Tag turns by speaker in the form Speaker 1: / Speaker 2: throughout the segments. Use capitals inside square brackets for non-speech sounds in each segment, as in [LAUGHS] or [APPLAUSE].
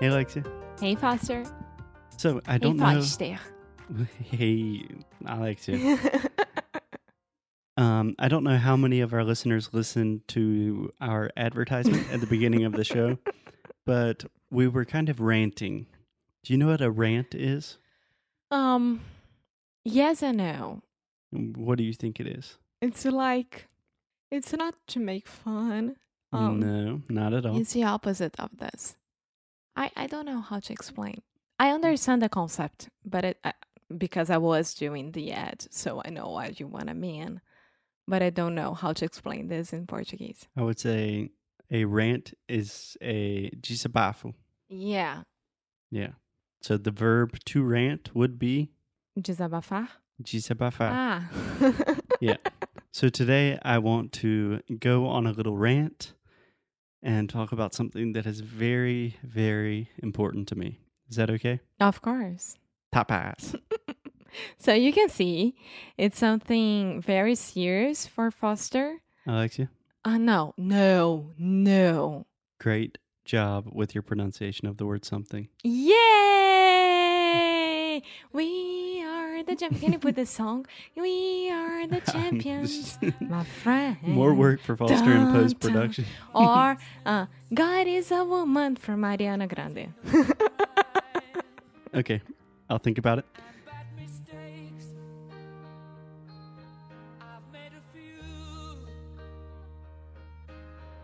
Speaker 1: Hey, Alexia.
Speaker 2: Hey, Foster.
Speaker 1: So I
Speaker 2: Hey,
Speaker 1: don't know.
Speaker 2: Foster.
Speaker 1: [LAUGHS] Hey, Alexia. um, I don't know how many of our listeners listen to our advertisement at the beginning of the show, but we were kind of ranting. Do you know what a rant is?
Speaker 2: [LAUGHS] um, yes and no.
Speaker 1: What do you think it is?
Speaker 2: It's like, it's not to make fun. Um,
Speaker 1: no, not at all.
Speaker 2: It's the opposite of this. I, I don't know how to explain. I
Speaker 1: Mm.
Speaker 2: understand the concept, but it I, because I was doing the ad, so I know what you want to mean. But I don't know how to explain this in Portuguese.
Speaker 1: I would say a rant is a desabafo.
Speaker 2: Yeah,
Speaker 1: Yeah. So the verb to rant would be
Speaker 2: desabafar.
Speaker 1: desabafar. [LAUGHS]
Speaker 2: Ah, [LAUGHS]
Speaker 1: Yeah. So today I want to go on a little rant and talk about something that is very, very important to me. Is that okay?
Speaker 2: of course.
Speaker 1: [LAUGHS] Tapas.
Speaker 2: So you can see it's something very serious for Foster.
Speaker 1: Alexia,
Speaker 2: Uh, no, no, no.
Speaker 1: great job with your pronunciation of the word something.
Speaker 2: Yay! We are the champions. Can you put the song? We are
Speaker 1: [LAUGHS]
Speaker 2: the champions, my friend.
Speaker 1: More work for Foster in
Speaker 2: Dun, dun.
Speaker 1: post production. [LAUGHS]
Speaker 2: Or uh, God is a woman from Mariana Grande. [LAUGHS]
Speaker 1: Okay, I'll think about it.
Speaker 3: bad mistakes. I've made a few.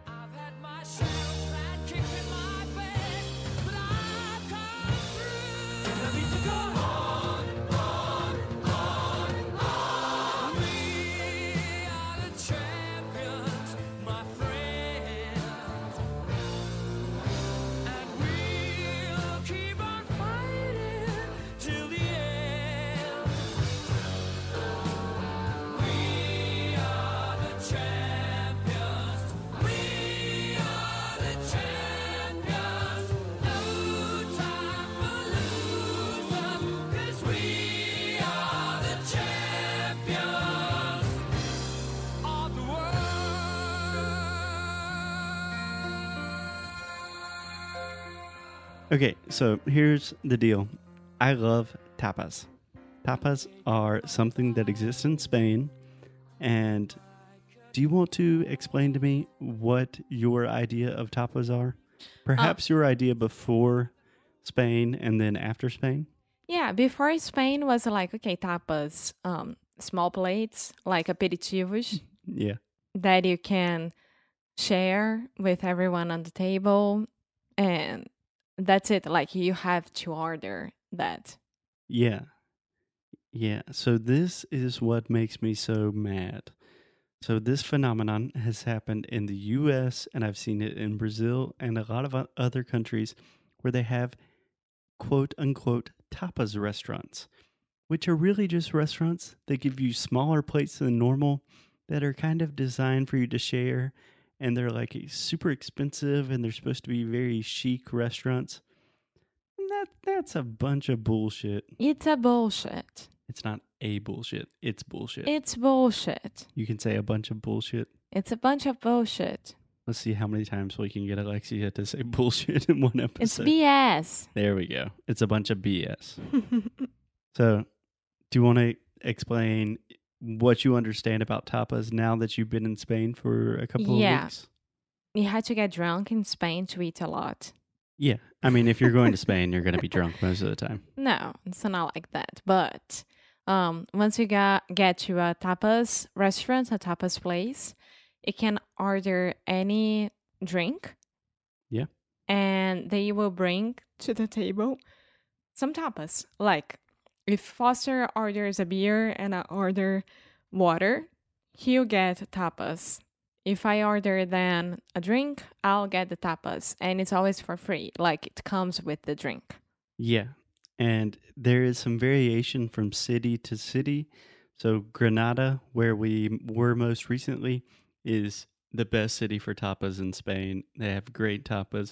Speaker 3: I've had my shouts and kicks in my face, but I've come through. And I need to go on, on, on, on. We are the champions, my friends. And we'll keep on fighting till the end. We are the champions. We are the champions. No time for losers, 'cause we are the champions of the world.
Speaker 1: Okay, so here's the deal. I love tapas. Tapas are something that exists in Spain. And do you want to explain to me what your idea of tapas are? Perhaps your idea before Spain and then after Spain?
Speaker 2: yeah, before Spain was like, okay, tapas, um, small plates, like aperitivos.
Speaker 1: Yeah.
Speaker 2: that you can share with everyone on the table and that's it like you have to order that
Speaker 1: Yeah. Yeah. So this is what makes me so mad. So this phenomenon has happened in the US and I've seen it in Brazil and a lot of o- other countries where they have quote unquote tapas restaurants, which are really just restaurants that give you smaller plates than normal that are kind of designed for you to share and they're like super expensive and they're supposed to be very chic restaurants. And That that's a bunch of bullshit.
Speaker 2: it's a bullshit
Speaker 1: It's not a bullshit. It's bullshit.
Speaker 2: it's bullshit
Speaker 1: you can say a bunch of bullshit.
Speaker 2: it's a bunch of bullshit
Speaker 1: Let's see how many times we can get Alexia to say [LAUGHS] bullshit in one episode.
Speaker 2: it's bs
Speaker 1: there we go. It's a bunch of
Speaker 2: [LAUGHS]
Speaker 1: BS. so, do you want to explain what you understand about tapas now that you've been in Spain for a couple of
Speaker 2: Yeah.
Speaker 1: weeks?
Speaker 2: you had to get drunk in spain to eat a lot
Speaker 1: Yeah. I mean, if you're going to Spain, you're going to be drunk most of the time.
Speaker 2: no it's not like that but um once you got get to a tapas restaurant a tapas place you can order any drink
Speaker 1: Yeah.
Speaker 2: and they will bring to the table some tapas like if foster orders a beer and i order water he'll get tapas If I order then a drink, I'll get the tapas, and it's always for free. Like it comes with the drink.
Speaker 1: Yeah. And there is some variation from city to city. So, Granada, where we were most recently, is the best city for tapas in Spain. They have great tapas.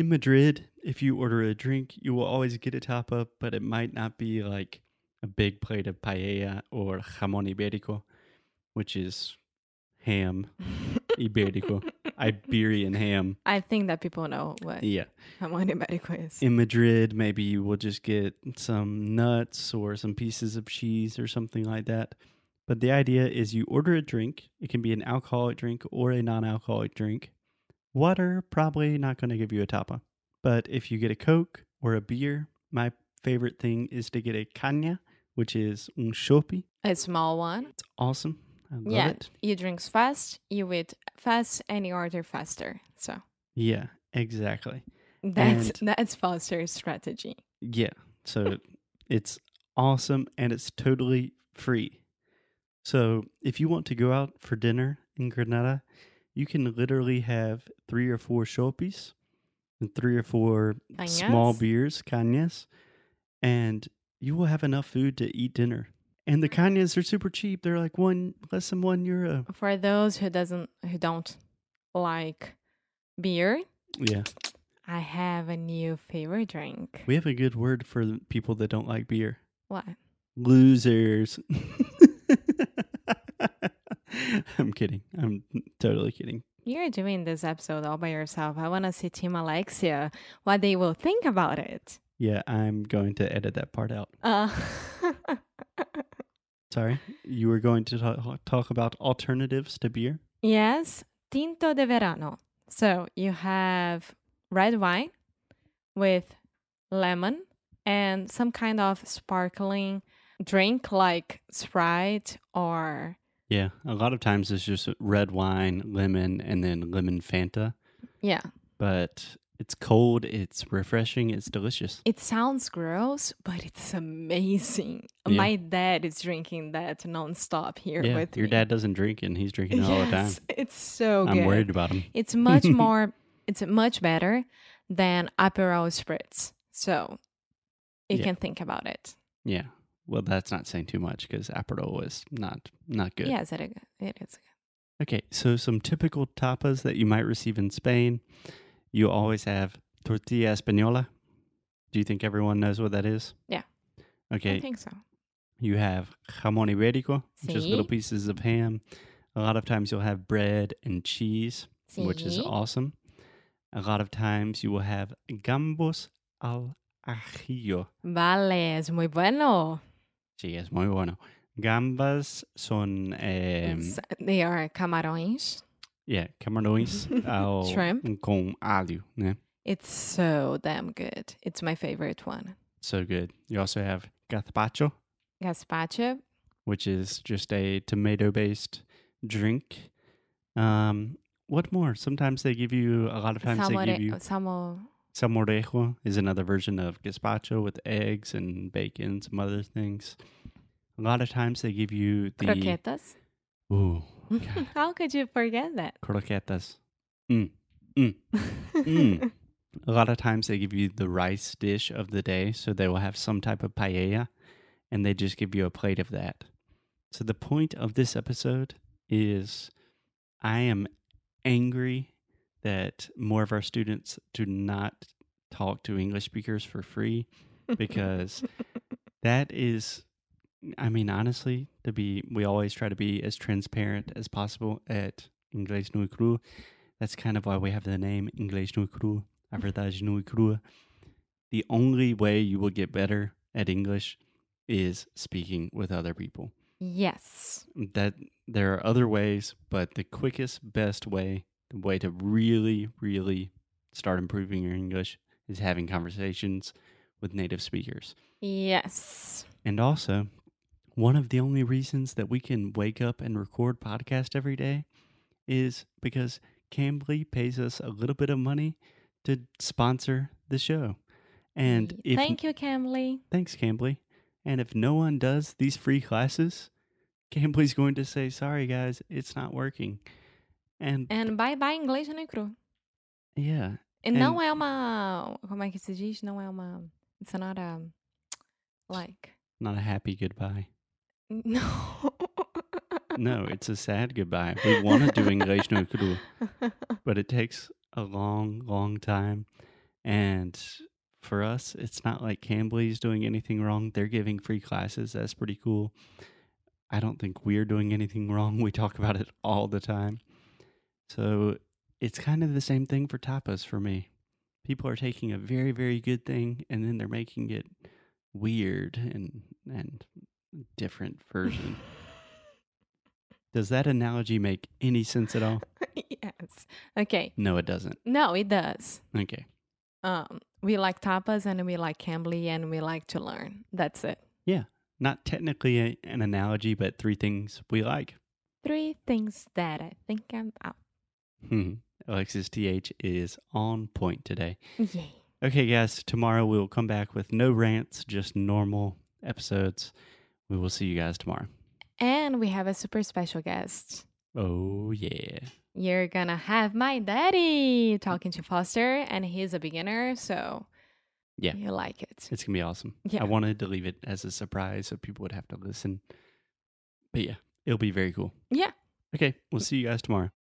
Speaker 1: In Madrid, if you order a drink, you will always get a tapa, but it might not be like a big plate of paella or jamón ibérico, which is ham, ibérico, Iberian ham.
Speaker 2: I think that people know what [LAUGHS]
Speaker 1: Yeah.
Speaker 2: jamón ibérico is.
Speaker 1: in Madrid, maybe you will just get some nuts or some pieces of cheese or something like that. But the idea is you order a drink. It can be an alcoholic drink or a non alcoholic drink. Water, probably not going to give you a tapa. But if you get a Coke or a beer, my favorite thing is to get a caña, which is un chopi.
Speaker 2: A small one.
Speaker 1: It's awesome. I love
Speaker 2: yeah,
Speaker 1: it.
Speaker 2: you drinks fast, you eat fast, and you order faster. So
Speaker 1: Yeah, exactly.
Speaker 2: that's
Speaker 1: And-
Speaker 2: that's Foster's strategy.
Speaker 1: Yeah. So it's awesome and it's totally free. So if you want to go out for dinner in Granada, you can literally have three or four chopis and three or four small
Speaker 2: Cañas?
Speaker 1: beers, cañas, and you will have enough food to eat dinner. And the cañas are super cheap. They're like one less than one euro.
Speaker 2: For those who doesn't who don't like beer,
Speaker 1: Yeah.
Speaker 2: I have a new favorite drink.
Speaker 1: We have a good word for the people that don't like beer.
Speaker 2: what?
Speaker 1: losers. [LAUGHS] I'm kidding. I'm totally kidding.
Speaker 2: You're doing this episode all by yourself. I want to see Team Alexia what they will think about it.
Speaker 1: Yeah, I'm going to edit that part out.
Speaker 2: Uh, [LAUGHS]
Speaker 1: Sorry. You were going to ta- talk about alternatives to beer?
Speaker 2: yes, tinto de verano. So you have red wine with lemon and some kind of sparkling drink like Sprite or
Speaker 1: Yeah, a lot of times it's just red wine, lemon, and then lemon Fanta.
Speaker 2: yeah.
Speaker 1: But it's cold, it's refreshing, it's delicious.
Speaker 2: It sounds gross, but it's amazing.
Speaker 1: Yeah.
Speaker 2: My dad is drinking that nonstop here
Speaker 1: yeah,
Speaker 2: with
Speaker 1: your
Speaker 2: me.
Speaker 1: dad doesn't drink and he's drinking all the
Speaker 2: [LAUGHS]
Speaker 1: time.
Speaker 2: Yes, It's so good.
Speaker 1: I'm worried about him.
Speaker 2: It's
Speaker 1: [LAUGHS]
Speaker 2: much more. It's much better than Aperol spritz. So you
Speaker 1: Yeah.
Speaker 2: can think about it.
Speaker 1: Yeah. Well, that's not saying too much because Aperol is not not good.
Speaker 2: Yes, it, it is.
Speaker 1: Okay, so some typical tapas that you might receive in Spain. You always have tortilla española. Do you think everyone knows what that is?
Speaker 2: Yeah. I
Speaker 1: Okay,
Speaker 2: think so.
Speaker 1: you have jamón ibérico, which is little
Speaker 2: Sí.
Speaker 1: pieces of ham. A lot of times you'll have bread and cheese, which is
Speaker 2: See?
Speaker 1: awesome. A lot of times you will have gambos al ajillo.
Speaker 2: Vale, es muy bueno.
Speaker 1: Sí, es muy bueno. Gambas son, em,
Speaker 2: S- they are camarões.
Speaker 1: yeah, camarones
Speaker 2: [LAUGHS]
Speaker 1: al,
Speaker 2: Shrimp.
Speaker 1: con alho, né?
Speaker 2: It's so damn good. It's my favorite one.
Speaker 1: So good. You also have gazpacho,
Speaker 2: Gazpacho.
Speaker 1: which is just a tomato based drink. Um, what more? Sometimes they give you, a lot of times they give
Speaker 2: Samore,
Speaker 1: you
Speaker 2: samo,
Speaker 1: samorejo, is another version of gazpacho with eggs and bacon, some other things. A lot of times they give you the.
Speaker 2: croquetas.
Speaker 1: Ooh, God,
Speaker 2: [LAUGHS] How could you forget that?
Speaker 1: croquetas. Mm, mm, mm. A lot of times they give you the rice dish of the day, so they will have some type of paella and they just give you a plate of that. So the point of this episode is I am angry that more of our students do not talk to English speakers for free because that is I mean honestly to be we always try to be as transparent as possible at Inglés Nui Cru. That's kind of why we have the name Inglés Nui Cru, Verdade Nui Crua. The only way you will get better at English is speaking with other people.
Speaker 2: [LAUGHS] yes.
Speaker 1: That there are other ways, but the quickest, best way, the way to really, really start improving your English is having conversations with native speakers.
Speaker 2: Yes.
Speaker 1: And also, one of the only reasons that we can wake up and record podcast every day is because Cambly pays us a little bit of money to sponsor the show. And if
Speaker 2: Thank you, Camly.
Speaker 1: Thanks, Cambly. And if no one does these free classes, Cambly's going to say, sorry, guys, it's not working. And
Speaker 2: And bye bye inglês não é cru.
Speaker 1: yeah,
Speaker 2: E não é uma. Como é que se diz? Não é uma. It's not a. Like.
Speaker 1: not a happy goodbye.
Speaker 2: No. [LAUGHS]
Speaker 1: No, it's a sad goodbye. We want to do English no cru,
Speaker 2: [LAUGHS]
Speaker 1: but it takes a long, long time. And for us, it's not like Cambly's doing anything wrong. They're giving free classes. That's pretty cool. I don't think we're doing anything [LAUGHS] wrong. We talk about it all the time. So it's kind of the same thing for tapas for me. People are taking a very, very good thing and then they're making it weird and and different
Speaker 2: [LAUGHS]
Speaker 1: version. Does that analogy make any sense at all?
Speaker 2: yes. Okay.
Speaker 1: No, it doesn't.
Speaker 2: No, it does.
Speaker 1: Okay.
Speaker 2: Um, we like tapas and we like Cambly and we like to learn. That's it.
Speaker 1: Not technically a, an analogy, but three things we like.
Speaker 2: Three things that I think I'm out.
Speaker 1: Hmm. Alexis TH is on point today.
Speaker 2: Yay.
Speaker 1: Okay, guys, tomorrow we will come back with no rants, just normal episodes. We will see you guys tomorrow.
Speaker 2: And we have a super special guest.
Speaker 1: Oh, yeah.
Speaker 2: You're gonna have my daddy talking to Foster, and he's a beginner, so
Speaker 1: Yeah.
Speaker 2: you like it.
Speaker 1: It's going to be awesome.
Speaker 2: Yeah.
Speaker 1: I wanted to leave it as a surprise so people would have to listen. But yeah, it'll be very cool.
Speaker 2: Yeah.
Speaker 1: Okay, we'll see you guys tomorrow.